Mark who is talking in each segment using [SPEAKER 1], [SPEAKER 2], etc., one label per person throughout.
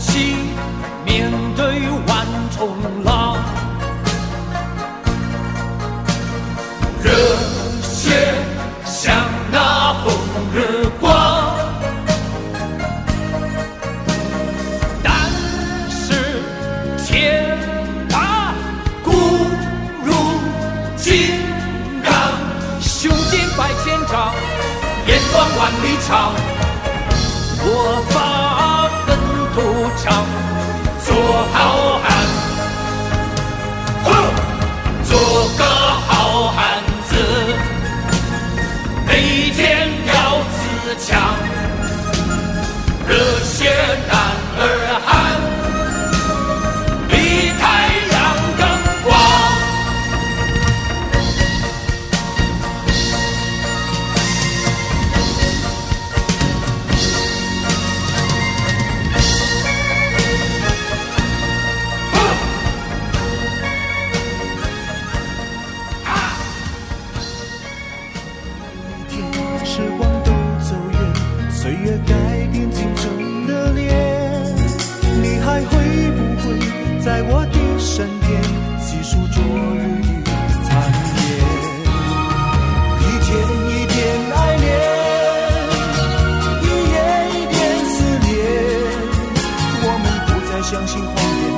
[SPEAKER 1] 气面对万重浪，热血像那红日光，但是天大骨如金刚，胸襟百千丈，眼光万里长。我把粪土唱，做好汉，哼做个好汉子，每天要自强，热血男儿汉，比太阳更光。
[SPEAKER 2] 天，时光都走远，岁月改变青春的脸。你还会不会在我的身边，细数昨日的残烟？一天一点爱恋，一夜一点思念。我们不再相信谎言，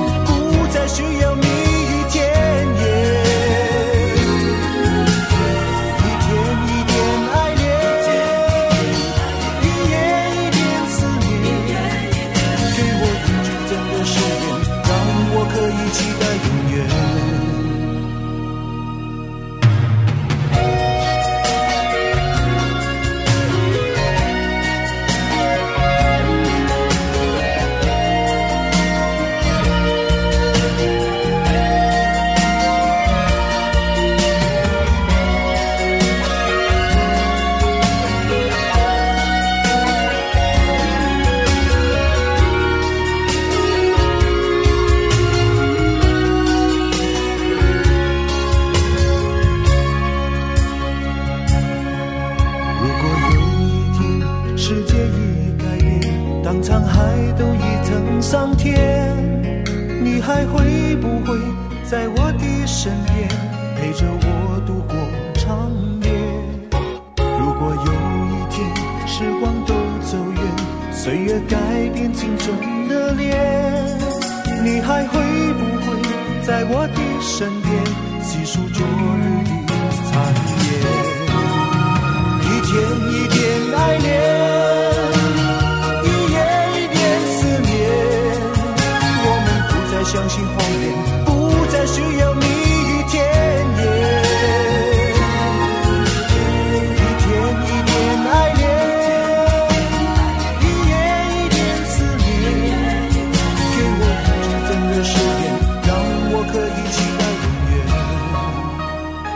[SPEAKER 2] 不再需要蜜语甜言。一天一点爱恋，一夜一点思念，给我一句真的誓言，让我可以期待永远。如果有一天世界已改变，当沧海都已成桑田，你还会不会在我的身边，陪着我度过长夜？如果有一天时光都走远，岁月改变青春的脸，你还会不会在我的身边，细数昨日的残烟？一天一点爱恋，一夜一点思念。我们不再相信谎言，不再需要蜜语甜言。一天一点爱恋，一夜一点思念。给我一句真的誓言，让我可以期待永远。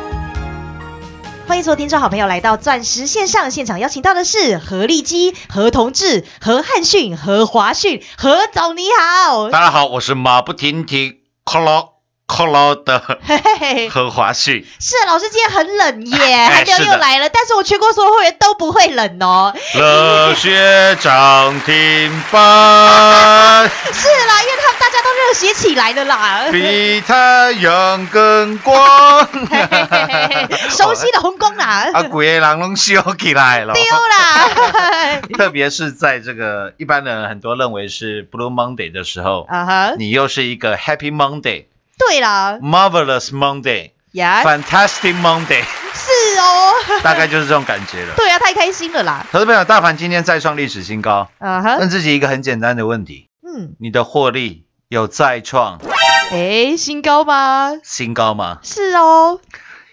[SPEAKER 3] 欢迎所有听众好朋友来到钻石线上现场，邀请到的是何立基、何同志、何汉逊、何华逊、何总，你好。
[SPEAKER 4] 大家好，我是马不停蹄、克劳克劳的
[SPEAKER 3] 嘿嘿嘿，
[SPEAKER 4] 何华旭。
[SPEAKER 3] 是啊老师今天很冷耶，
[SPEAKER 4] 哎
[SPEAKER 3] 寒流
[SPEAKER 4] 是
[SPEAKER 3] 又
[SPEAKER 4] 的
[SPEAKER 3] 来了，但是我全国所有会员都不会冷 哦。
[SPEAKER 4] 热血涨停板，
[SPEAKER 3] 是啦，因为他们大家都热血起来了 啦。
[SPEAKER 4] 比太阳更 光。
[SPEAKER 3] 嘿嘿嘿嘿熟悉的红光啦，
[SPEAKER 4] 啊，鬼的狼龙修起来了。
[SPEAKER 3] 丢啦。
[SPEAKER 4] 特别是在这个一般人很多认为是 Blue Monday 的时候，
[SPEAKER 3] 啊哈，
[SPEAKER 4] 你又是一个 Happy Monday、
[SPEAKER 3] 对啦，
[SPEAKER 4] Marvelous Monday、
[SPEAKER 3] 呀，
[SPEAKER 4] Fantastic Monday，
[SPEAKER 3] 是哦，
[SPEAKER 4] 大概就是这种感觉了。
[SPEAKER 3] 对啊，太开心了啦。
[SPEAKER 4] 投资朋友，大盘今天再创历史新高，
[SPEAKER 3] 啊哈，
[SPEAKER 4] 问自己一个很简单的问题：
[SPEAKER 3] 嗯，
[SPEAKER 4] 你的获利有再创
[SPEAKER 3] 哎，新高吗？
[SPEAKER 4] 新高吗？
[SPEAKER 3] 是哦，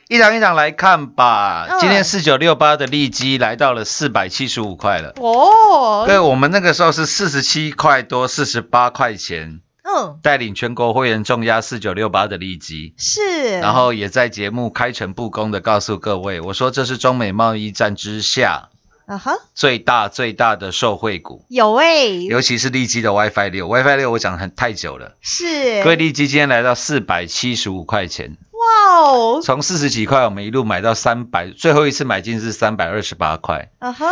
[SPEAKER 5] 一档一档来看吧。
[SPEAKER 4] 啊
[SPEAKER 3] 嗯
[SPEAKER 5] 今天四九六八的利基来到了四百七十五块了。
[SPEAKER 3] 哦，
[SPEAKER 5] 对，啊我们那个时候是四十七块多，四十八块钱，
[SPEAKER 3] 嗯，
[SPEAKER 5] 带领全国会员重压四九六八的利基，
[SPEAKER 3] 是，
[SPEAKER 5] 然后也在节目开诚布公的告诉各位，我说这是中美贸易战之下
[SPEAKER 3] 啊哈，
[SPEAKER 5] 最大最大的受惠股，
[SPEAKER 3] 有哎、
[SPEAKER 5] 尤其是利基的 WiFi 六，WiFi 六我讲得很太久了，
[SPEAKER 3] 是，
[SPEAKER 5] 各位利基今天来到四百七十五块钱，
[SPEAKER 3] 哇哦，
[SPEAKER 5] 从四十几块我们一路买到三百，最后一次买进是三百二十八块。
[SPEAKER 3] 啊哈，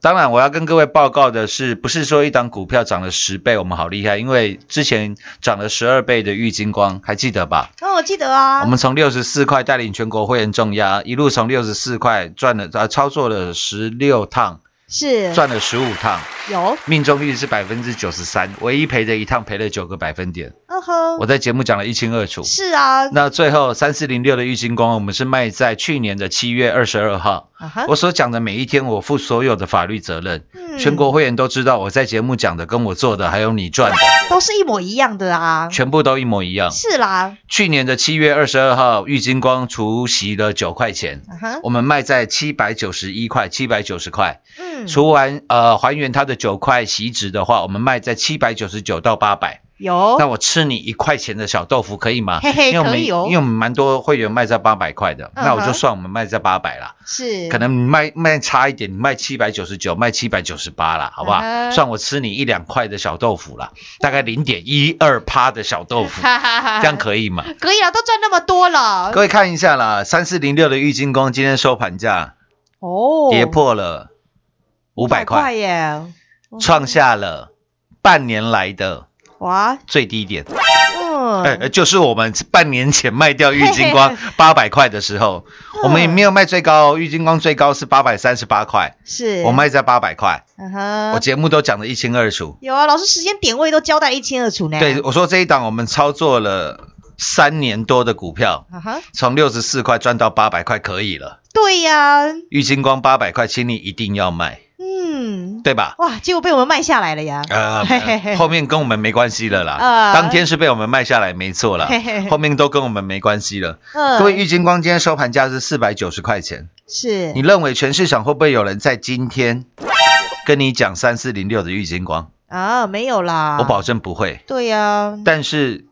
[SPEAKER 5] 当然，我要跟各位报告的是，不是说一档股票涨了十倍我们好厉害？因为之前涨了十二倍的玉金光，还记得吧？
[SPEAKER 3] 哦，我记得啊，
[SPEAKER 5] 我们从六十四块带领全国会员重压，一路从六十四块赚了啊，操作了十六趟，
[SPEAKER 3] 是
[SPEAKER 5] 赚了十五趟，
[SPEAKER 3] 有，
[SPEAKER 5] 命中率是百分之九十三，唯一赔的一趟赔了九个百分点。
[SPEAKER 3] 嗯哼，
[SPEAKER 5] 我在节目讲的一清二楚。
[SPEAKER 3] 是啊，
[SPEAKER 5] 那最后三四零六的玉金光，我们是卖在去年的七月二十二号。
[SPEAKER 3] 啊哈，
[SPEAKER 5] 我所讲的每一天，我负所有的法律责任。
[SPEAKER 3] 嗯
[SPEAKER 5] 全国会员都知道，我在节目讲的跟我做的，还有你赚的，
[SPEAKER 3] 都是一模一样的啊，
[SPEAKER 5] 全部都一模一样。
[SPEAKER 3] 是啦，
[SPEAKER 5] 去年的七月二十二号，玉金光除息了九块钱，
[SPEAKER 3] 啊哈，
[SPEAKER 5] 我们卖在七百九十一块、七百九十块，
[SPEAKER 3] 嗯，
[SPEAKER 5] 除完呃还原它的九块息值的话，我们卖在七百九十九到八百。
[SPEAKER 3] 有
[SPEAKER 5] 那，我吃你一块钱的小豆腐可以吗？
[SPEAKER 3] 哦嘿
[SPEAKER 5] 因
[SPEAKER 3] 嘿
[SPEAKER 5] 为我
[SPEAKER 3] 可
[SPEAKER 5] 们
[SPEAKER 3] 以哦
[SPEAKER 5] 因为我们蛮多会员卖在八百块的，
[SPEAKER 3] 嗯哼嗯
[SPEAKER 5] 那我就算我们卖在八百啦。
[SPEAKER 3] 是，
[SPEAKER 5] 可能卖卖差一点，你卖七百九十九，卖七百九十八啦，好不好？
[SPEAKER 3] 嗯哼
[SPEAKER 5] 算我吃你一两块的小豆腐啦，大概零点一二趴的小豆腐，
[SPEAKER 3] 哈哈哈，
[SPEAKER 5] 这样可以吗？
[SPEAKER 3] 可以啊，都赚那么多了，
[SPEAKER 5] 各位看一下啦，三四零六的郁金光今天收盘价
[SPEAKER 3] 哦，
[SPEAKER 5] 跌破了五百块，
[SPEAKER 3] 耶，
[SPEAKER 5] 创下了半年来的
[SPEAKER 3] 哇，
[SPEAKER 5] 最低点，
[SPEAKER 3] 嗯，
[SPEAKER 5] 哎、呃就是我们半年前卖掉郁金 光八百块的时候，
[SPEAKER 3] 嗯
[SPEAKER 5] 我们也没有卖最高哦，郁金光最高是八百三十八块，
[SPEAKER 3] 是，
[SPEAKER 5] 我，卖在八百块，
[SPEAKER 3] 嗯哼，
[SPEAKER 5] 我节目都讲得一清二楚。
[SPEAKER 3] 有啊，老师时间点位都交代一清二楚呢，
[SPEAKER 5] 对，，我说这一档我们操作了三年多的股票，
[SPEAKER 3] 啊哈，
[SPEAKER 5] 从六十四块赚到八百块，可以了。
[SPEAKER 3] 对呀，
[SPEAKER 5] 玉金光八百块，请你一定要卖，
[SPEAKER 3] 嗯，
[SPEAKER 5] 对吧？
[SPEAKER 3] 哇，结果被我们卖下来了呀，
[SPEAKER 5] 呃
[SPEAKER 3] 嘿嘿嘿，
[SPEAKER 5] 后面跟我们没关系了啦。
[SPEAKER 3] 呃
[SPEAKER 5] 当天是被我们卖下来，没错啦
[SPEAKER 3] 嘿嘿
[SPEAKER 5] 啊
[SPEAKER 3] 嘿。
[SPEAKER 5] 后面都跟我们没关系了。
[SPEAKER 3] 嗯
[SPEAKER 5] 各位，玉金光今天收盘价是四百九十块钱，
[SPEAKER 3] 是
[SPEAKER 5] 你认为全市场会不会有人在今天跟你讲三四零六的玉金光？
[SPEAKER 3] 啊，没有啦，
[SPEAKER 5] 我保证不会。
[SPEAKER 3] 对呀，
[SPEAKER 5] 但是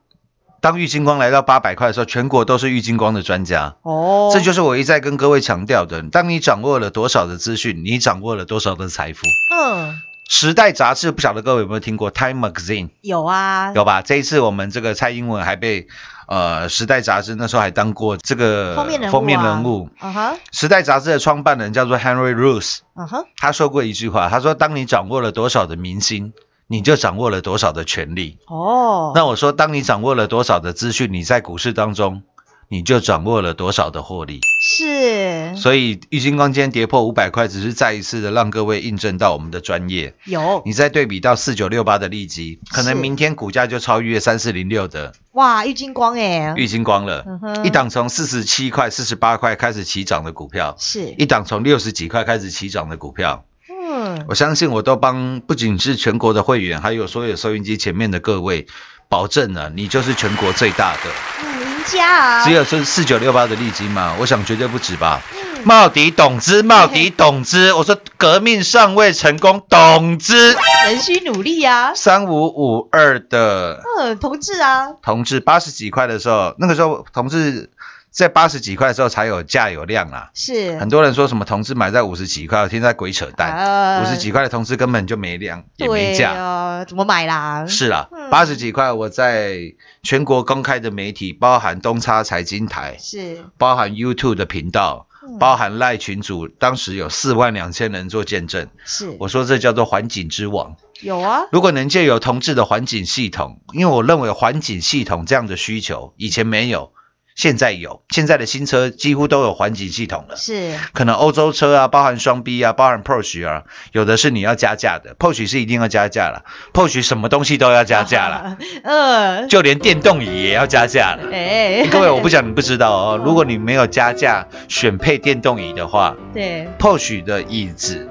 [SPEAKER 5] 当玉金光来到八百块的时候，全国都是玉金光的专家。
[SPEAKER 3] 哦，
[SPEAKER 5] 这就是我一再跟各位强调的：当你掌握了多少的资讯，你掌握了多少的财富。
[SPEAKER 3] 嗯，
[SPEAKER 5] 时代杂志不晓得各位有没有听过《Time Magazine》，
[SPEAKER 3] 有啊，
[SPEAKER 5] 有吧？这一次我们这个蔡英文还被呃《时代》杂志那时候还当过这个
[SPEAKER 3] 封面人物、
[SPEAKER 5] 呃
[SPEAKER 3] 啊，
[SPEAKER 5] 封面人物
[SPEAKER 3] 啊哈，
[SPEAKER 5] 时代》杂志的创办人叫做 Henry Roos，
[SPEAKER 3] 啊哈，
[SPEAKER 5] 他说过一句话，他说：“当你掌握了多少的明星，你就掌握了多少的权利。”
[SPEAKER 3] 哦，
[SPEAKER 5] 那我说，当你掌握了多少的资讯，你在股市当中，你就掌握了多少的获利。
[SPEAKER 3] 是
[SPEAKER 5] 所以，玉金光今天跌破五百块，只是再一次的让各位印证到我们的专业。
[SPEAKER 3] 有
[SPEAKER 5] 你再对比到四九六八的利基，可能
[SPEAKER 3] 是
[SPEAKER 5] 明天股价就超越三四零六的
[SPEAKER 3] 哇，郁金光哎、
[SPEAKER 5] 玉金光了
[SPEAKER 3] 嗯。哼
[SPEAKER 5] 一档从四十七块、四十八块开始起涨的股票，
[SPEAKER 3] 是，
[SPEAKER 5] 一档从六十几块开始起涨的股票，
[SPEAKER 3] 嗯，
[SPEAKER 5] 我相信我都帮不仅是全国的会员，还有所有收音机前面的各位，保证了、你就是全国最大的。
[SPEAKER 3] 嗯赢家啊，
[SPEAKER 5] 只有是四九六八的利基嘛，我想绝对不止吧。
[SPEAKER 3] 嗯
[SPEAKER 5] 茂迪董之，茂迪董之，我说革命尚未成功，董之
[SPEAKER 3] 人需努力啊，
[SPEAKER 5] 三五五二的
[SPEAKER 3] 嗯，同志啊，
[SPEAKER 5] 同志八十几块的时候，那个时候同志在八十几块的时候才有价有量啦。
[SPEAKER 3] 是
[SPEAKER 5] 很多人说什么同志买在五十几块，我听在鬼扯淡，
[SPEAKER 3] 啊
[SPEAKER 5] 五十几块的同志根本就没量也没
[SPEAKER 3] 对
[SPEAKER 5] 价。
[SPEAKER 3] 啊，怎么买啦？
[SPEAKER 5] 是啦
[SPEAKER 3] 嗯，
[SPEAKER 5] 八十几块，我在全国公开的媒体，包含东差财经台，
[SPEAKER 3] 是，
[SPEAKER 5] 包含 YouTube 的频道
[SPEAKER 3] 嗯，
[SPEAKER 5] 包含赖群组，当时有四万两千人做见证。
[SPEAKER 3] 是
[SPEAKER 5] 我说这叫做环境之王。
[SPEAKER 3] 有啊，
[SPEAKER 5] 如果能借由同志的环境系统，因为我认为环境系统这样的需求以前没有，现在有，现在的新车几乎都有环境系统了。
[SPEAKER 3] 是
[SPEAKER 5] 可能欧洲车啊，包含双 B 啊，包含 Porsche 啊，有的是你要加价的，Porsche 是一定要加价了，Porsche 什么东西都要加价 了，，
[SPEAKER 3] 嗯，
[SPEAKER 5] 就连电动椅也要加价了。
[SPEAKER 3] 哎、
[SPEAKER 5] 各位，我不讲你不知道哦。如果你没有加价选配电动椅的话
[SPEAKER 3] 对，
[SPEAKER 5] ，Porsche 的椅子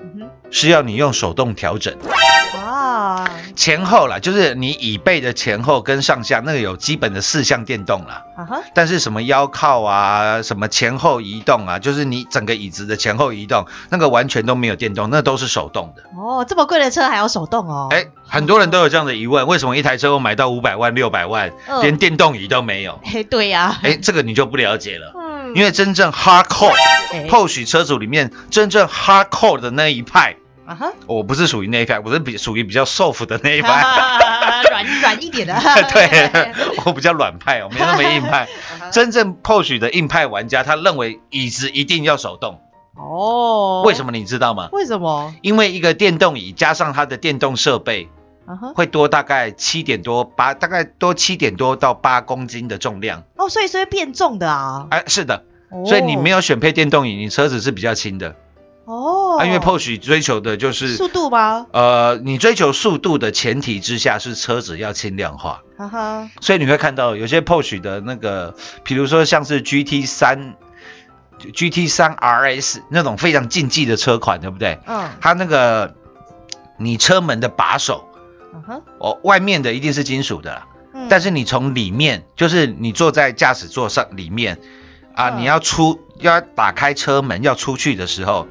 [SPEAKER 3] 嗯哼
[SPEAKER 5] 是要你用手动调整，
[SPEAKER 3] 哇，哇，
[SPEAKER 4] 前后啦，就是你椅背的前后跟上下那个有基本的四项电动啦。
[SPEAKER 3] 啊哈，
[SPEAKER 4] 但是什么腰靠啊，什么前后移动啊，就是你整个椅子的前后移动，那个完全都没有电动，那都是手动的。
[SPEAKER 3] 哦，这么贵的车还要手动哦。
[SPEAKER 4] 哎、很多人都有这样的疑问，为什么一台车我买到五百万、六百万，
[SPEAKER 3] 嗯
[SPEAKER 4] 连电动椅都没 有？
[SPEAKER 3] 嘿， 对呀，
[SPEAKER 4] 哎、这个你就不了解了。
[SPEAKER 3] 嗯，
[SPEAKER 4] 因为真正 hardcore
[SPEAKER 3] 哎
[SPEAKER 4] 后续车主里面真正 hardcore 的那一派，
[SPEAKER 3] 啊哈，
[SPEAKER 4] 我不是属于那一派，我是比属于比较 soft 的那一派。，
[SPEAKER 3] 软软一点的
[SPEAKER 4] 对，我比较软派，我没那么硬派。
[SPEAKER 3] 嗯
[SPEAKER 4] 真正 Porsche 的硬派玩家，他认为椅子一定要手动，
[SPEAKER 3] 哦，
[SPEAKER 4] 为什？么你知道吗？
[SPEAKER 3] 为什么？
[SPEAKER 4] 因为一个电动椅加上它的电动设备，
[SPEAKER 3] 啊哈，
[SPEAKER 4] 会多大概七点多八，大概多七点多到八公斤的重量。
[SPEAKER 3] 哦，所以是会变重的啊。
[SPEAKER 4] 哎、是的，所以你没
[SPEAKER 3] 有
[SPEAKER 4] 有选配电动椅，你车子是比较轻的。
[SPEAKER 3] 哦，
[SPEAKER 4] 啊，因为 Porsche 追求的就是
[SPEAKER 3] 速度吗？
[SPEAKER 4] 呃，你追求速度的前提之下是车子要轻量化，
[SPEAKER 3] 哈啊哈，
[SPEAKER 4] 所以你会看到有些 Porsche 的那个，比如说像是 GT 三、GT 三 RS 那种非常竞技的车款，对不对？
[SPEAKER 3] 嗯，
[SPEAKER 4] 它那个你车门的把手，
[SPEAKER 3] 嗯哼，
[SPEAKER 4] 哦，外面的一定是金属的啦，
[SPEAKER 3] 嗯
[SPEAKER 4] 但是你从里面，就是你坐在驾驶座上里面啊，
[SPEAKER 3] 嗯
[SPEAKER 4] 你要出要打开车门要出去的时候，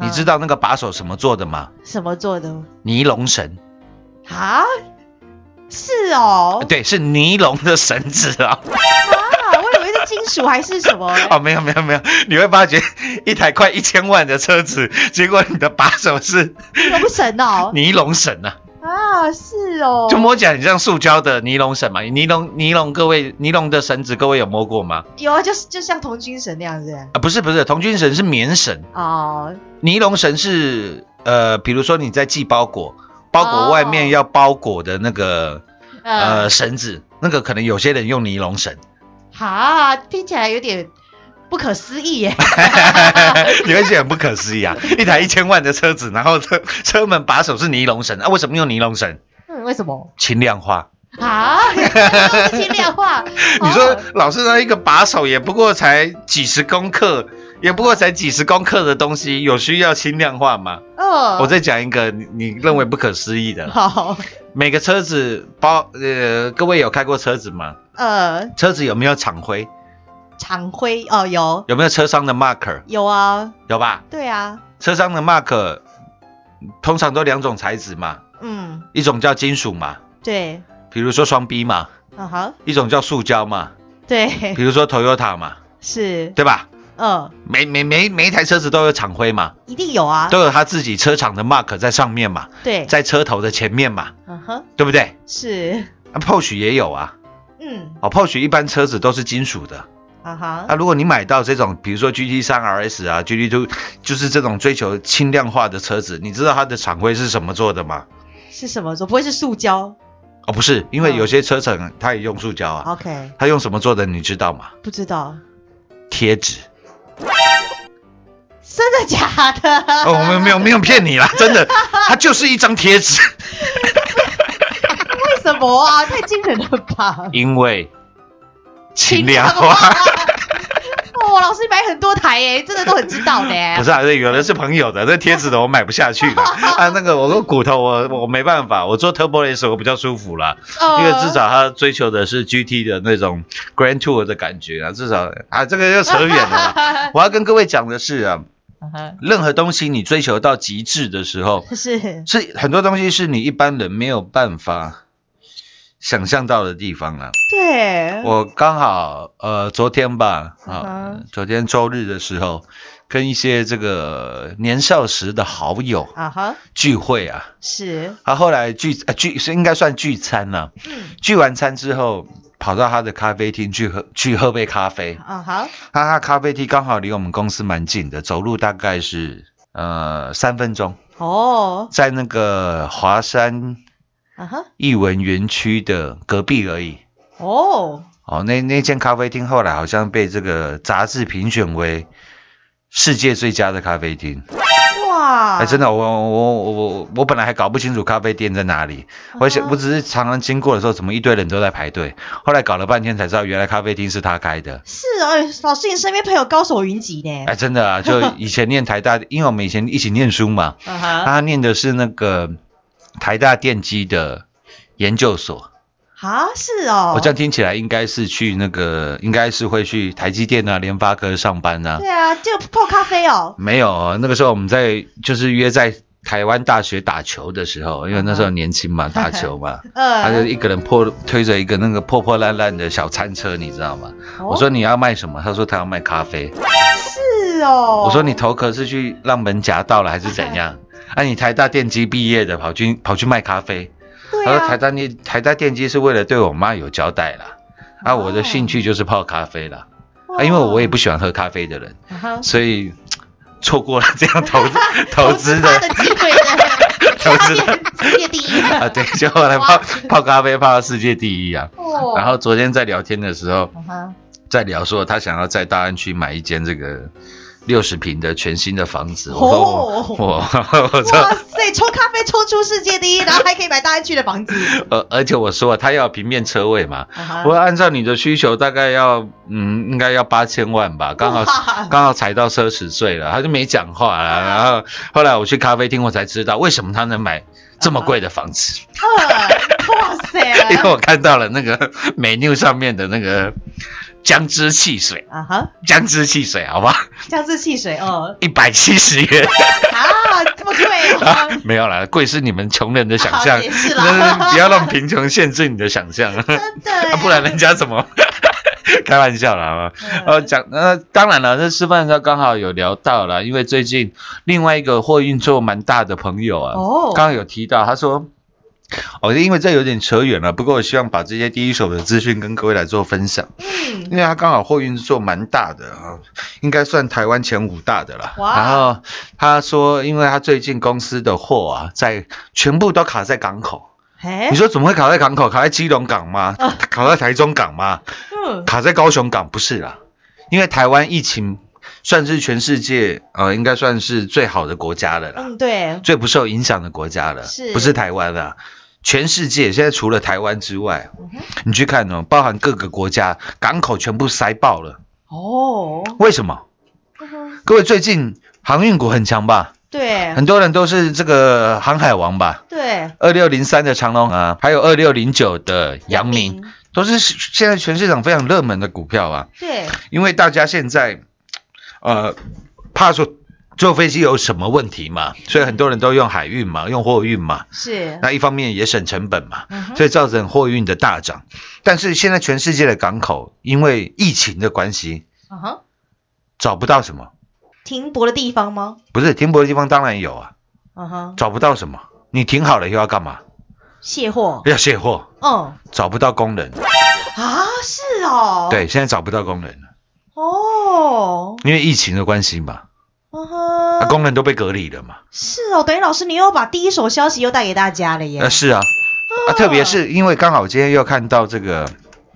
[SPEAKER 4] 你知
[SPEAKER 3] 道
[SPEAKER 4] 道那个把手什么做的吗？
[SPEAKER 3] 啊什么做的吗？
[SPEAKER 4] 尼龙绳。
[SPEAKER 3] 啊？是哦，
[SPEAKER 4] 对，是尼龙的绳子啊！
[SPEAKER 3] 啊，我以为是金属还是什么？
[SPEAKER 4] 哦，没有没有没有，你会发觉一台快一千万的车子，结果你的把手是
[SPEAKER 3] 龙神哦，
[SPEAKER 4] 尼龙绳啊，
[SPEAKER 3] 啊，是哦，
[SPEAKER 4] 就摸起来很像塑胶的尼龙绳嘛。尼龙尼龙，各位尼龙的绳子，各位有摸过吗？
[SPEAKER 3] 有啊，就是就像童军神那样子
[SPEAKER 4] 啊，不是不是，童军绳是棉绳，
[SPEAKER 3] 哦，
[SPEAKER 4] 尼龙绳是呃，比如说你在寄包裹，包
[SPEAKER 3] 哦
[SPEAKER 4] 裹外面要包裹的那个、
[SPEAKER 3] 呃
[SPEAKER 4] 呃，绳子，那个可能有些人用尼龙绳，
[SPEAKER 3] 哈，啊听起来有点不可思议耶。
[SPEAKER 4] 你会觉得很不可思议啊！一台一千万的车子，然后车车门把手是尼龙绳啊？为什么用尼龙绳？
[SPEAKER 3] 嗯，为什么
[SPEAKER 4] 轻量化。
[SPEAKER 3] 啊？ 都是轻量化，
[SPEAKER 4] 你
[SPEAKER 3] 你
[SPEAKER 4] 说老师那一个把手也不过才几十公克，也不过才几十公克的东西，有需要轻量化吗？
[SPEAKER 3] 嗯，
[SPEAKER 4] 我再讲一个你你认为不可思议的，
[SPEAKER 3] 好，
[SPEAKER 4] 每个车子包呃，各位有开过车子吗？
[SPEAKER 3] 呃，
[SPEAKER 4] 车子有没有厂徽？
[SPEAKER 3] 常辉哦，有
[SPEAKER 4] 有没有车商的 mark？
[SPEAKER 3] 有啊，
[SPEAKER 4] 有吧？
[SPEAKER 3] 对啊，
[SPEAKER 4] 车商的 mark 通常都两种材质嘛，
[SPEAKER 3] 嗯，
[SPEAKER 4] 一种叫金属嘛，
[SPEAKER 3] 对，
[SPEAKER 4] 比如说双 B 嘛，
[SPEAKER 3] 啊哈，
[SPEAKER 4] 一种叫塑胶嘛，
[SPEAKER 3] 对，
[SPEAKER 4] 比如说 Toyota 嘛，
[SPEAKER 3] 是，
[SPEAKER 4] 对吧？
[SPEAKER 3] 嗯，
[SPEAKER 4] 每每每每一台车子都有厂徽嘛，
[SPEAKER 3] 一定有啊，
[SPEAKER 4] 都有它自己车厂的 mark 在上面嘛，
[SPEAKER 3] 对，
[SPEAKER 4] 在车头的前面嘛，
[SPEAKER 3] 嗯哼，
[SPEAKER 4] 对不对？
[SPEAKER 3] 是，
[SPEAKER 4] 啊，Porsche 也有啊，
[SPEAKER 3] 嗯，
[SPEAKER 4] 哦，Porsche 一般车子都是金属的。
[SPEAKER 3] 啊哈，
[SPEAKER 4] 那、如果你买到这种，比如说 GT 三 RS 啊，GT two，就是这种追求轻量化的车子，你知道它的厂徽是什么做的吗？
[SPEAKER 3] 是什么？说不会是塑胶
[SPEAKER 4] 哦，不是，因
[SPEAKER 3] 嗯
[SPEAKER 4] 为
[SPEAKER 3] 哦
[SPEAKER 4] 有些车厂它也用塑胶啊，
[SPEAKER 3] ？OK，
[SPEAKER 4] 它用什么做的，你知道吗？
[SPEAKER 3] 不知道，
[SPEAKER 4] 贴纸。
[SPEAKER 3] 真的假的？
[SPEAKER 4] 哦，我们没有没有骗你啦，真的，它就是一张贴纸。
[SPEAKER 3] 为什么啊？太惊人了吧！啊
[SPEAKER 4] 因为秦良花，
[SPEAKER 3] 哦，老师买很多台耶，真的都很知道的耶。
[SPEAKER 4] 不是啊，有的是朋友的，那贴纸的我买不下去了啊。那个我说骨头我我没办法，我做 Turbo Race 我比较舒服啦，
[SPEAKER 3] 呃，
[SPEAKER 4] 因为至少它追求的是 GT 的那种 Grand Tour 的感觉啊，至少啊这个又扯远了啦。我要跟各位讲的是啊，任何东西你追求到极致的时候，
[SPEAKER 3] 是
[SPEAKER 4] 是很多东西是你一般人没有办法想象到的地方啊。
[SPEAKER 3] 对，
[SPEAKER 4] 我刚好呃，昨天吧，啊、
[SPEAKER 3] 嗯哼
[SPEAKER 4] 昨天周日的时候，跟一些这个年少时的好友
[SPEAKER 3] 啊哈，
[SPEAKER 4] 聚会啊，
[SPEAKER 3] 是，
[SPEAKER 4] 他、后来聚呃聚是应该算聚餐了、
[SPEAKER 3] 嗯，
[SPEAKER 4] 聚完餐之后，跑到他的咖啡厅去喝去喝杯咖啡。
[SPEAKER 3] 啊哈，
[SPEAKER 4] 他、他咖啡厅刚好离我们公司蛮近的，走路大概是呃三分钟，
[SPEAKER 3] 哦，
[SPEAKER 4] 在那个华山
[SPEAKER 3] 啊哈，
[SPEAKER 4] 艺文园区的隔壁而已。
[SPEAKER 3] 哦，
[SPEAKER 4] 哦，那那间咖啡厅后来好像被这个杂志评选为世界最佳的咖啡厅。
[SPEAKER 3] 哇，
[SPEAKER 4] 哎、真的，我我我我我本来还搞不清楚咖啡店在哪里，
[SPEAKER 3] 哦
[SPEAKER 4] 我想我只是常常经过的时候，怎么一堆人都在排队？后来搞了半天才知道，原来咖啡厅是他开的。
[SPEAKER 3] 是哦，哎老师，你身边朋友高手云集
[SPEAKER 4] 哎、
[SPEAKER 3] 呢。
[SPEAKER 4] 真的啊，就以前念台大，因为我们以前一起念书嘛，
[SPEAKER 3] 啊哈，
[SPEAKER 4] 他念的是那个台大电机的研究所。
[SPEAKER 3] 啊，是哦，
[SPEAKER 4] 我这样听起来应该是去那个，应该是会去台积电啊、联发科上班啊。
[SPEAKER 3] 对啊，就泡咖啡哦，
[SPEAKER 4] 没有哦，那个时候我们在就是约在台湾大学打球的时候，因为那时候年轻嘛，打 球嘛，他就
[SPEAKER 3] 呃，
[SPEAKER 4] 一个人破推着一个那个破破烂烂的小餐车，你知道吗？
[SPEAKER 3] 哦
[SPEAKER 4] 我说你要卖什么？他说他要卖咖啡。
[SPEAKER 3] 是哦，
[SPEAKER 4] 我说你头壳是去让门夹到了还是 怎样？啊，你台大电机毕业的，跑去跑去卖咖啡。
[SPEAKER 3] 对
[SPEAKER 4] 他说台
[SPEAKER 3] 啊，
[SPEAKER 4] 大电台大电机是为了对我妈有交代啦。
[SPEAKER 3] 哦
[SPEAKER 4] 啊，我的兴趣就是泡咖啡啦。啊，因为我也不喜欢喝咖啡的人，
[SPEAKER 3] 啊哈
[SPEAKER 4] 所以错过了这样投 资投资
[SPEAKER 3] 他
[SPEAKER 4] 的
[SPEAKER 3] 的机会呢，
[SPEAKER 4] 投 资的
[SPEAKER 3] 世界第一，
[SPEAKER 4] 啊， 对，就后来泡泡咖啡泡到世界第一啊。
[SPEAKER 3] 哦
[SPEAKER 4] 然后昨天在聊天的时候，
[SPEAKER 3] 啊哈
[SPEAKER 4] 在聊说他想要在大安区买一间这个六十平的全新的房子。我说我我 我
[SPEAKER 3] 哦哇
[SPEAKER 4] 说
[SPEAKER 3] 塞，抽咖啡抽出世界第一，然后还可以买大安区的 房子，
[SPEAKER 4] 呃，而且我说了他要平面车位嘛，
[SPEAKER 3] 啊哈
[SPEAKER 4] 我说按照你的需求大概要嗯应该要八千万吧，刚好
[SPEAKER 3] 哇
[SPEAKER 4] 刚好踩到奢侈税了，他就没讲话了。然后后来我去咖啡厅，我才知道为什么他能买这
[SPEAKER 3] 啊
[SPEAKER 4] 么贵的房子，
[SPEAKER 3] 呃哇 塞，
[SPEAKER 4] 因 为我看到了那个 menu 上面的那个姜汁汽水，
[SPEAKER 3] 啊哈，
[SPEAKER 4] 姜汁汽水好不好？
[SPEAKER 3] 酱汁汽水哦，
[SPEAKER 4] 一百七 十元。
[SPEAKER 3] 啊，这么贵
[SPEAKER 4] 啊
[SPEAKER 3] 哦，
[SPEAKER 4] 没有啦，贵是你们穷人的 想
[SPEAKER 3] 好
[SPEAKER 4] 象，
[SPEAKER 3] 也是啦
[SPEAKER 4] 那不要让贫穷限制你的想象，
[SPEAKER 3] 真 的耶，
[SPEAKER 4] 啊不然人家 怎么？开玩笑啦，啊
[SPEAKER 3] 嗯
[SPEAKER 4] 呃，讲呃，当然了，这吃饭的时候刚好有聊到了，因为最近另外一个货运做蛮大的朋友啊，
[SPEAKER 3] 哦
[SPEAKER 4] 刚刚有提到，他说，哦，因为这有点扯远了，不过我希望把这些第一手的资讯跟各位来做分享，
[SPEAKER 3] 嗯
[SPEAKER 4] 因为他刚好货运做蛮大的啊，应该算台湾前五大的了。
[SPEAKER 3] 哇
[SPEAKER 4] 然后他说，因为他最近公司的货啊，在全部都卡在港口。
[SPEAKER 3] 哎
[SPEAKER 4] 你，说怎么会卡在港口？卡在基隆港吗？
[SPEAKER 3] 哦
[SPEAKER 4] 卡在台中港吗？
[SPEAKER 3] 嗯
[SPEAKER 4] 卡在高雄港不是啦，因为台湾疫情算是全世界呃，应该算是最好的国家了啦，
[SPEAKER 3] 嗯，对，
[SPEAKER 4] 最不受影响的国家了，
[SPEAKER 3] 是
[SPEAKER 4] 不是台湾啦？全世界现在除了台湾之外，
[SPEAKER 3] 嗯
[SPEAKER 4] 你去看哦，包含各个国家港口全部塞爆了，
[SPEAKER 3] 哦，
[SPEAKER 4] 为什么？
[SPEAKER 3] 嗯
[SPEAKER 4] 各位最近航运股很强吧？
[SPEAKER 3] 对
[SPEAKER 4] 很多人都是这个航海王吧？
[SPEAKER 3] 对，
[SPEAKER 4] 二六零三的长隆啊，还有二六零九的阳明，
[SPEAKER 3] 明，
[SPEAKER 4] 都是现在全市场非常热门的股票啊。
[SPEAKER 3] 对，
[SPEAKER 4] 因为大家现在呃怕说坐飞机有什么问题嘛，所以很多人都用海运嘛，用货运嘛。
[SPEAKER 3] 是，
[SPEAKER 4] 那一方面也省成本嘛，
[SPEAKER 3] 嗯哼
[SPEAKER 4] 所以造成货运的大涨。但是现在全世界的港口因为疫情的关系，
[SPEAKER 3] 啊哈，
[SPEAKER 4] 找不到什么，
[SPEAKER 3] 停泊的地方吗？
[SPEAKER 4] 不是停泊的地方当然有啊，
[SPEAKER 3] 啊哈，
[SPEAKER 4] 找不到什么。你停好了又要干嘛？
[SPEAKER 3] 卸货，
[SPEAKER 4] 要卸货，
[SPEAKER 3] 嗯，
[SPEAKER 4] 找不到工人。
[SPEAKER 3] 啊，是哦，，
[SPEAKER 4] 对，现在找不到工人了，
[SPEAKER 3] 哦，
[SPEAKER 4] 因为疫情的关系嘛，
[SPEAKER 3] 啊
[SPEAKER 4] 啊、
[SPEAKER 3] 哈，
[SPEAKER 4] 工人都被隔离了嘛。
[SPEAKER 3] 是哦，等于老师你又把第一手消息又带给大家了耶
[SPEAKER 4] 呃，，是啊，啊，特别是因为刚好今天又看到这个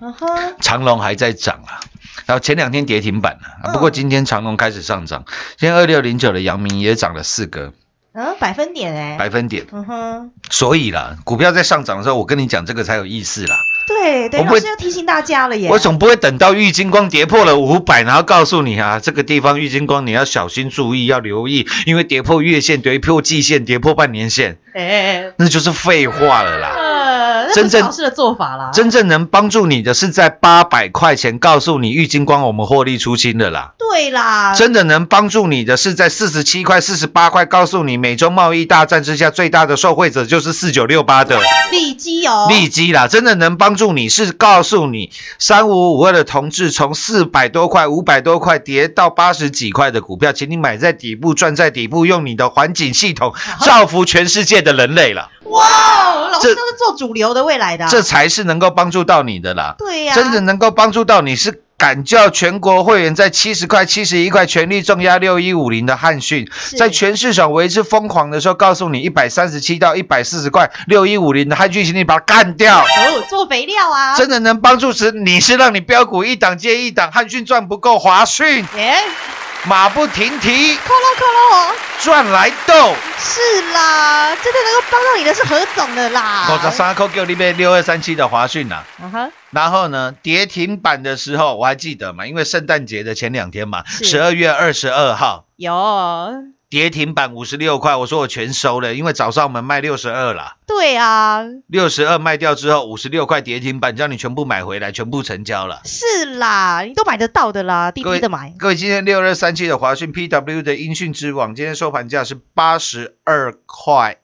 [SPEAKER 3] 啊哈，
[SPEAKER 4] 长隆还在涨啊，然后前两天跌停板了、
[SPEAKER 3] 嗯
[SPEAKER 4] 啊不过今天长隆开始上涨，现在二六零九的阳明也涨了四个
[SPEAKER 3] 嗯，百分点哎，
[SPEAKER 4] 百分点，
[SPEAKER 3] 嗯哼，
[SPEAKER 4] 所以啦，股票在上涨的时候，我跟你讲这个才有意思啦，
[SPEAKER 3] 对，等于老
[SPEAKER 4] 我不会
[SPEAKER 3] 师又提醒大家了耶，
[SPEAKER 4] 我总不会等到玉金光跌破了五百，然后告诉你啊，这个地方玉金光你要小心注意，要留意，因为跌破月线、跌破季线、跌破半年线，
[SPEAKER 3] 哎，
[SPEAKER 4] 那就是废话了啦。
[SPEAKER 3] 呃，那不是
[SPEAKER 4] 真正
[SPEAKER 3] 老师的做法啦，
[SPEAKER 4] 真正能帮助你的是在八百块钱告诉你玉金光我们获利出清的啦。
[SPEAKER 3] 对啦，
[SPEAKER 4] 真的能帮助你的是在四十七块、四十八块告诉你，美洲贸易大战之下最大的受惠者就是四九六八的
[SPEAKER 3] 利基哦，
[SPEAKER 4] 利基啦。真的能帮助你是告诉你，三五五二的同志从四百多块、五百多块跌到八十几块的股票，请你买在底部，赚在底部，用你的环境系统造福全世界的人类了。
[SPEAKER 3] 哇哦，老
[SPEAKER 4] 这
[SPEAKER 3] 师都是做主流的未来的啊，
[SPEAKER 4] 这才是能够帮助到你的啦。
[SPEAKER 3] 对呀，
[SPEAKER 4] 真的能够帮助到你是敢叫全国会员在七十块、七十一块全力重压六一五零的汉讯，在全市场为之疯狂的时候，告诉你一百三十七到一百四十块六一五零的汉讯，请你把它干掉。
[SPEAKER 3] 哦，做肥料啊，
[SPEAKER 4] 真的能帮助时，你是让你标股一档接一档，汉讯赚不够，华讯
[SPEAKER 3] 耶，
[SPEAKER 4] 马不停蹄，
[SPEAKER 3] 扣喽扣喽，
[SPEAKER 4] 赚来斗。
[SPEAKER 3] 是啦，真的能够帮到你的是何总的啦，
[SPEAKER 4] 我十三扣给你买六二三七的华讯呐。
[SPEAKER 3] 啊哈，
[SPEAKER 4] 然后呢，跌停板的时候我还记得嘛，因为圣诞节的前两天嘛，
[SPEAKER 3] 是
[SPEAKER 4] 十二月二十二号，
[SPEAKER 3] 有，
[SPEAKER 4] 跌停板五十六块，我说我全收了，因为早上我们卖六十二啦，
[SPEAKER 3] 对啊，
[SPEAKER 4] 六十二卖掉之后，五十六块跌停板叫你全部买回来，全部成交了。
[SPEAKER 3] 是啦，你都买得到的啦，低
[SPEAKER 4] 各
[SPEAKER 3] 低
[SPEAKER 4] 位
[SPEAKER 3] 的买，
[SPEAKER 4] 各位，今天六二三七的华讯 PW 的音讯之网，今天收盘价是八十二块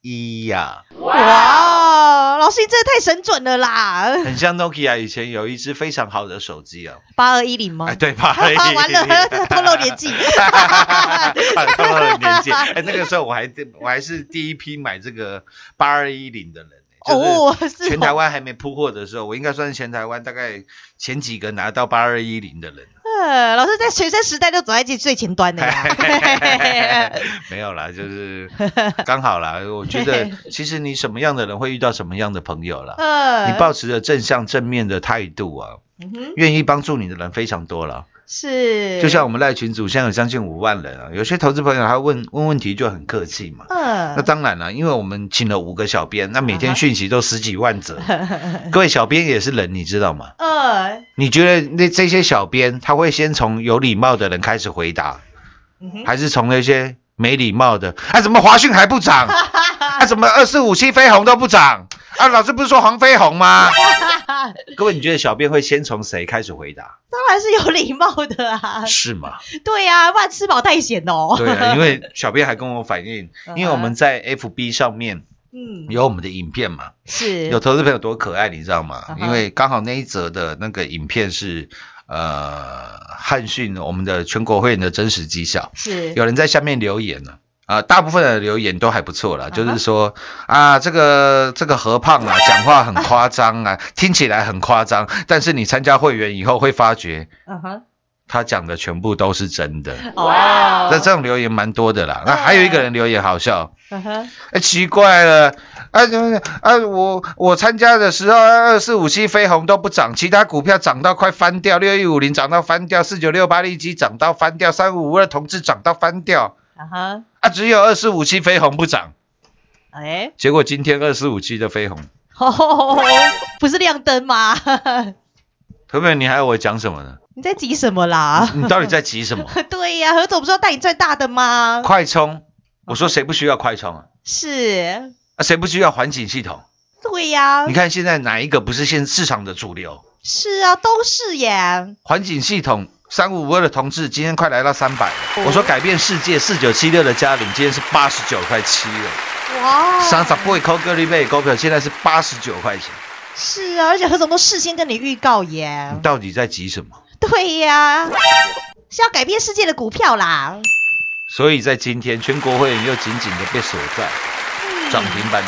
[SPEAKER 4] 一呀、
[SPEAKER 3] 哇，老师你真的太神准了啦，
[SPEAKER 4] 很像 Nokia 以前有一只非常好的手机哦，
[SPEAKER 3] 八二一零吗？
[SPEAKER 4] 哎，对 吧？
[SPEAKER 3] 完 了，透露年纪，
[SPEAKER 4] 透露了年 纪。哎，那个时候我还我还是第一批买这个八二一零的人、
[SPEAKER 3] 哦
[SPEAKER 4] 就是
[SPEAKER 3] 是哦
[SPEAKER 4] 全台湾还没铺货的时候，我应该算是全台湾大概前几个拿到八二一零的 人。
[SPEAKER 3] 呃，老师在学生时代就走在最最前端的啦。
[SPEAKER 4] 没有啦，就是刚好啦。我 觉得其实你什么样的人会遇到什么样的朋友啦。
[SPEAKER 3] 呃，
[SPEAKER 4] 你保持着正向正面的态度啊，
[SPEAKER 3] 嗯哼
[SPEAKER 4] 愿意帮助你的人非常多了。
[SPEAKER 3] 是，
[SPEAKER 4] 就像我们赖群组现在有将近五万人啊，有些投资朋友他问问问题就很客气嘛。
[SPEAKER 3] 呃，
[SPEAKER 4] 那当然了，因为我们请了五个小编，那 每天讯息都十几万则，各位小编也是人，你知道吗？
[SPEAKER 3] 呃，
[SPEAKER 4] 你觉得那这些小编他会先从有礼貌的人开始回答，还是从那些没礼貌的？啊，怎么华讯还不涨？啊，怎么二四五七飞鸿都不涨？啊，老师不是说黄飞鸿吗？各位，你觉得小编会先从谁开始回答？
[SPEAKER 3] 当然是有礼貌的啊，
[SPEAKER 4] 是吗？
[SPEAKER 3] 对啊，不然吃饱太闲哦。
[SPEAKER 4] 对啊，因为小编还跟我反映，因为我们在 FB 上面
[SPEAKER 3] 嗯，
[SPEAKER 4] 有我们的影片嘛，
[SPEAKER 3] 是
[SPEAKER 4] 有投资朋友多可爱，你知道吗
[SPEAKER 3] 嗯？哼
[SPEAKER 4] 因为刚好那一则的那个影片是呃汉讯我们的全国会员的真实绩效，
[SPEAKER 3] 是
[SPEAKER 4] 有人在下面留言呢、啊。大部分的留言都还不错啦，
[SPEAKER 3] 嗯哼
[SPEAKER 4] 就是说啊，这个这个何胖啊，讲话很夸张啊，听起来很夸张，但是你参加会员以后会发觉，
[SPEAKER 3] 嗯哼，
[SPEAKER 4] 他讲的全部都是真的。
[SPEAKER 3] 哦，
[SPEAKER 4] 那这种留言蛮多的啦。那还有一个人留言好笑，
[SPEAKER 3] 嗯哼，
[SPEAKER 4] 哎，奇怪了，啊啊，我我参加的时候，啊二四五七飞鸿都不涨，其他股票涨到快翻掉，六一五零涨到翻掉，四九六八利基涨到翻掉，三五五二同志涨到翻掉，
[SPEAKER 3] 嗯哼，
[SPEAKER 4] 啊，只有二四五七飞鸿不涨。
[SPEAKER 3] 哎，
[SPEAKER 4] 结果今天二四五七的飞鸿，
[SPEAKER 3] 哦， 不是亮灯吗？
[SPEAKER 4] 朋友们，你还要我讲什么呢？
[SPEAKER 3] 你在急什么啦？
[SPEAKER 4] 你到底在急什么？
[SPEAKER 3] 对呀，何总不是要带你赚大的吗？
[SPEAKER 4] 快充，我说谁不需要快充啊？
[SPEAKER 3] 是，
[SPEAKER 4] 啊，谁不需要环境系统？
[SPEAKER 3] 对呀
[SPEAKER 4] 你，看现在哪一个不是现市场的主流？
[SPEAKER 3] 是啊，都是耶。
[SPEAKER 4] 环境系统三五五二的同志，今天快来到三百
[SPEAKER 3] 哦
[SPEAKER 4] 了。我说改变世界四九七六的嘉玲，今天是八十九块七了。
[SPEAKER 3] 哇，
[SPEAKER 4] 三十八扣个利倍股票，现在是八十九块钱。
[SPEAKER 3] 是啊，而且何总都事先跟你预告耶
[SPEAKER 4] 你。到底在急什么？
[SPEAKER 3] 对呀、是要改变世界的股票啦。
[SPEAKER 4] 所以在今天，全国会员又紧紧的被锁在
[SPEAKER 3] 嗯
[SPEAKER 4] 涨停板里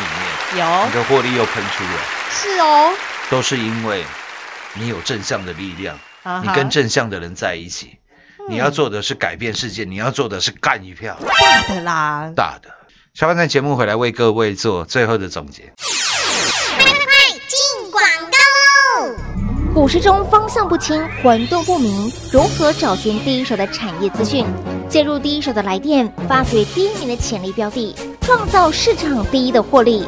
[SPEAKER 4] 面，
[SPEAKER 3] 有
[SPEAKER 4] 你的获利又喷出来，
[SPEAKER 3] 是哦，
[SPEAKER 4] 都是因为你有正向的力量，
[SPEAKER 3] 啊
[SPEAKER 4] 你
[SPEAKER 3] 哈嗯
[SPEAKER 4] 跟正向的人在一起。你要做的是改变世界，你要做的是干一票
[SPEAKER 3] 大的啦。
[SPEAKER 4] 大的。下半段节目回来为各位做最后的总结。
[SPEAKER 6] 进广告喽！股市中方向不清、混沌不明，如何找寻第一手的产业资讯？介入第一手的来电，发掘第一名的潜力标的，创造市场第一的获利。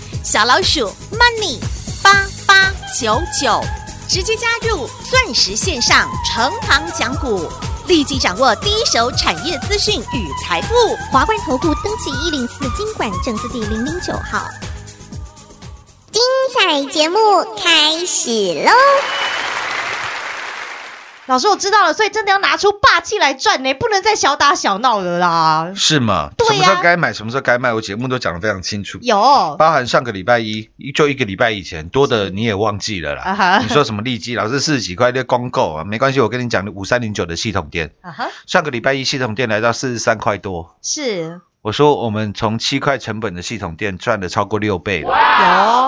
[SPEAKER 6] 小老鼠 Money 八八九九，直接加入钻石线上成行讲股，立即掌握第一手产业资讯与财富。华冠投顾登记一零四经管证字第零零九号。精彩节目开始喽！
[SPEAKER 3] 老师，我知道了，所以真的要拿出霸气来赚呢，不能再小打小闹了啦。
[SPEAKER 4] 是吗？
[SPEAKER 3] 对呀
[SPEAKER 4] 什么时候该买，什么时候该卖，我节目都讲得非常清楚。
[SPEAKER 3] 有啊
[SPEAKER 4] 包含上个礼拜一，就一个礼拜以前多的你也忘记了啦。
[SPEAKER 3] 啊哈
[SPEAKER 4] 你说什么利基老师四十几块的光购啊？没关系，我跟你讲，五三零九的系统店，
[SPEAKER 3] 啊哈，
[SPEAKER 4] 上个礼拜一系统店来到四十三块多。
[SPEAKER 3] 是
[SPEAKER 4] 我说我们从七块成本的系统店赚了超过六倍了，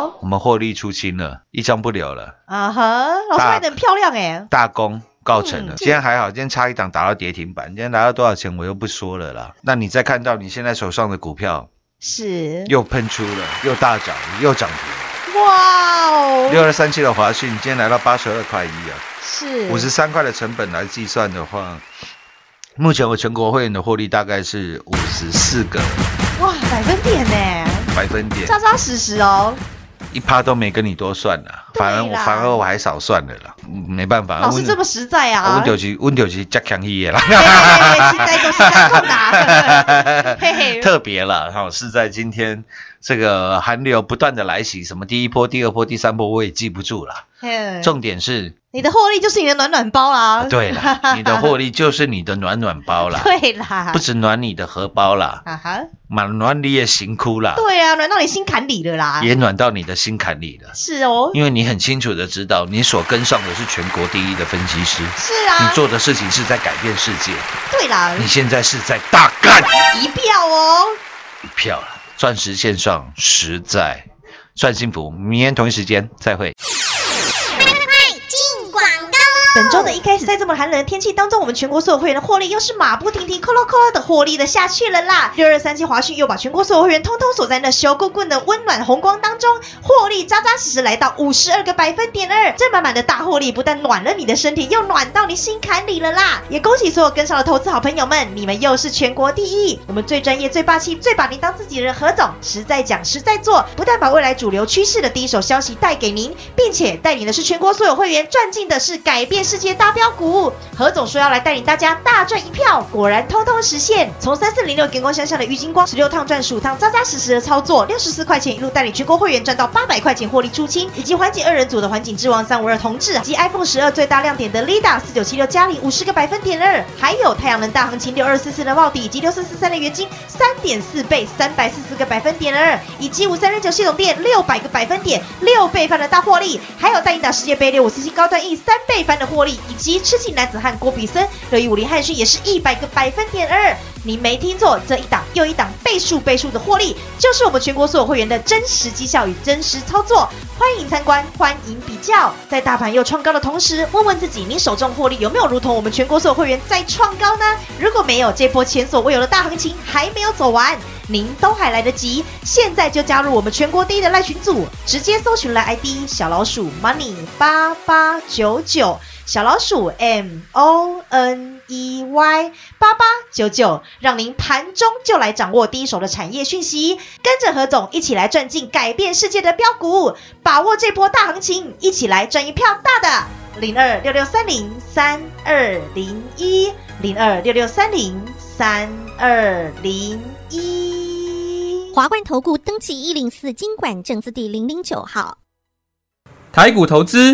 [SPEAKER 3] 有
[SPEAKER 4] 我们获利出清了，一张不留了。
[SPEAKER 3] 啊哈，老师
[SPEAKER 4] 大
[SPEAKER 3] 卖的很漂亮哎，
[SPEAKER 4] 大功告成了。
[SPEAKER 3] 嗯
[SPEAKER 4] 今天还好，今天差一档打到跌停板，今天来到多少钱我又不说了啦。那你再看到你现在手上的股票
[SPEAKER 3] 是，
[SPEAKER 4] 又喷出了，又大涨，又涨停，
[SPEAKER 3] 哇哦，
[SPEAKER 4] 六二三七的华讯今天来到八十二块一啊。
[SPEAKER 3] 是
[SPEAKER 4] 五十三块的成本来计算的话，目前我全国会员的获利大概是五十四个
[SPEAKER 3] 哇百分点呢，
[SPEAKER 4] 百分点，
[SPEAKER 3] 扎扎实实哦。
[SPEAKER 4] 一趴都没跟你多算了，
[SPEAKER 3] 对
[SPEAKER 4] 反而我
[SPEAKER 3] 啦
[SPEAKER 4] 反而我还少算了啦，嗯没办法。
[SPEAKER 3] 老师这么实在啊
[SPEAKER 4] 温，九七温九七加强一啦，
[SPEAKER 3] 嘿嘿嘿实在都是在空 打，嘿嘿，
[SPEAKER 4] 特别了哈、是在今天这个寒流不断的来袭，什么第一波、第二波、第三波我也记不住了，
[SPEAKER 3] 嘿
[SPEAKER 4] 重点是，
[SPEAKER 3] 你的获利就是你的暖暖包啦。
[SPEAKER 4] 啊 对了，你的获利就是你的暖暖包啦，
[SPEAKER 3] 对啊啦，
[SPEAKER 4] 不止暖你的荷包啦。
[SPEAKER 3] 啊哈，
[SPEAKER 4] 满暖你也行哭啦，
[SPEAKER 3] 对啊，暖到你心坎里了啦。
[SPEAKER 4] 也暖到你的心坎里了，
[SPEAKER 3] 是哦，
[SPEAKER 4] 因为你很清楚的知道，你所跟上的是全国第一的分析师，
[SPEAKER 3] 是
[SPEAKER 4] 你
[SPEAKER 3] 啊，
[SPEAKER 4] 做的事情是在改变世界，
[SPEAKER 3] 对啦，
[SPEAKER 4] 你现在是在大干
[SPEAKER 3] 一票哦，
[SPEAKER 4] 一票了。钻石线上实在算幸福，明天同一时间再会。
[SPEAKER 6] 进广告，
[SPEAKER 3] 本周的一开始，在这么寒冷的天气当中，我们全国所有会员的获利又是马不停蹄、扣咯扣咯的获利的下去了啦。六二三七华讯又把全国所有会员通通锁在那修棍棍的温暖红光当中，获利扎扎实实来到五十二个百分点二，这满满的大获利不但暖了你的身体，又暖到你心坎里了啦。也恭喜所有跟上的投资好朋友们，你们又是全国第一，我们最专业、最霸气、最把您当自己人的何总，实在讲、实在做，不但把未来主流趋势的第一手消息带给您，并且带领的是全国所有会员赚进的是改变世界大标股。何总说要来带领大家大赚一票，果然通通实现。从三四零六阳光山下的郁金光十六趟赚十五趟，扎扎实实的操作，六十四块钱一路带领全国会员赚到八百块钱获利出清，以及环境二人组的环境之王三五二同志及 iPhone 十二最大亮点的 Lida 四九七六加零五十个百分点二，还有太阳能大行情六二四四的帽底以及六四四三的元金三点四倍三百四十个百分点二，以及五三六九系统店六百个百分点六倍翻的大获利，还有带领打世界杯六五四七高端 E 三倍翻的获利，以及吃鸡男子汉郭比森六一五零汉逊也是一百个百分点二。你没听错，这一档又一档倍数倍数的获利，就是我们全国所有会员的真实绩效与真实操作。欢迎参观，欢迎比较。在大盘又创高的同时，问问自己，你手中获利有没有如同我们全国所有会员在创高呢？如果没有，这波前所未有的大行情还没有走完。您都还来得及，现在就加入我们全国第一的赖群组，直接搜寻赖 ID 小老鼠 money 八八九九，小老鼠 M O N E Y 八八九九，让您盘中就来掌握第一手的产业讯息，跟着何总一起来赚进改变世界的标股，把握这波大行情，一起来赚一票大的。零二六六三零三二零一，零二六六三零三二零一。
[SPEAKER 6] 华冠投顾登记一零四经管证字第零零九号。
[SPEAKER 7] 台股投资，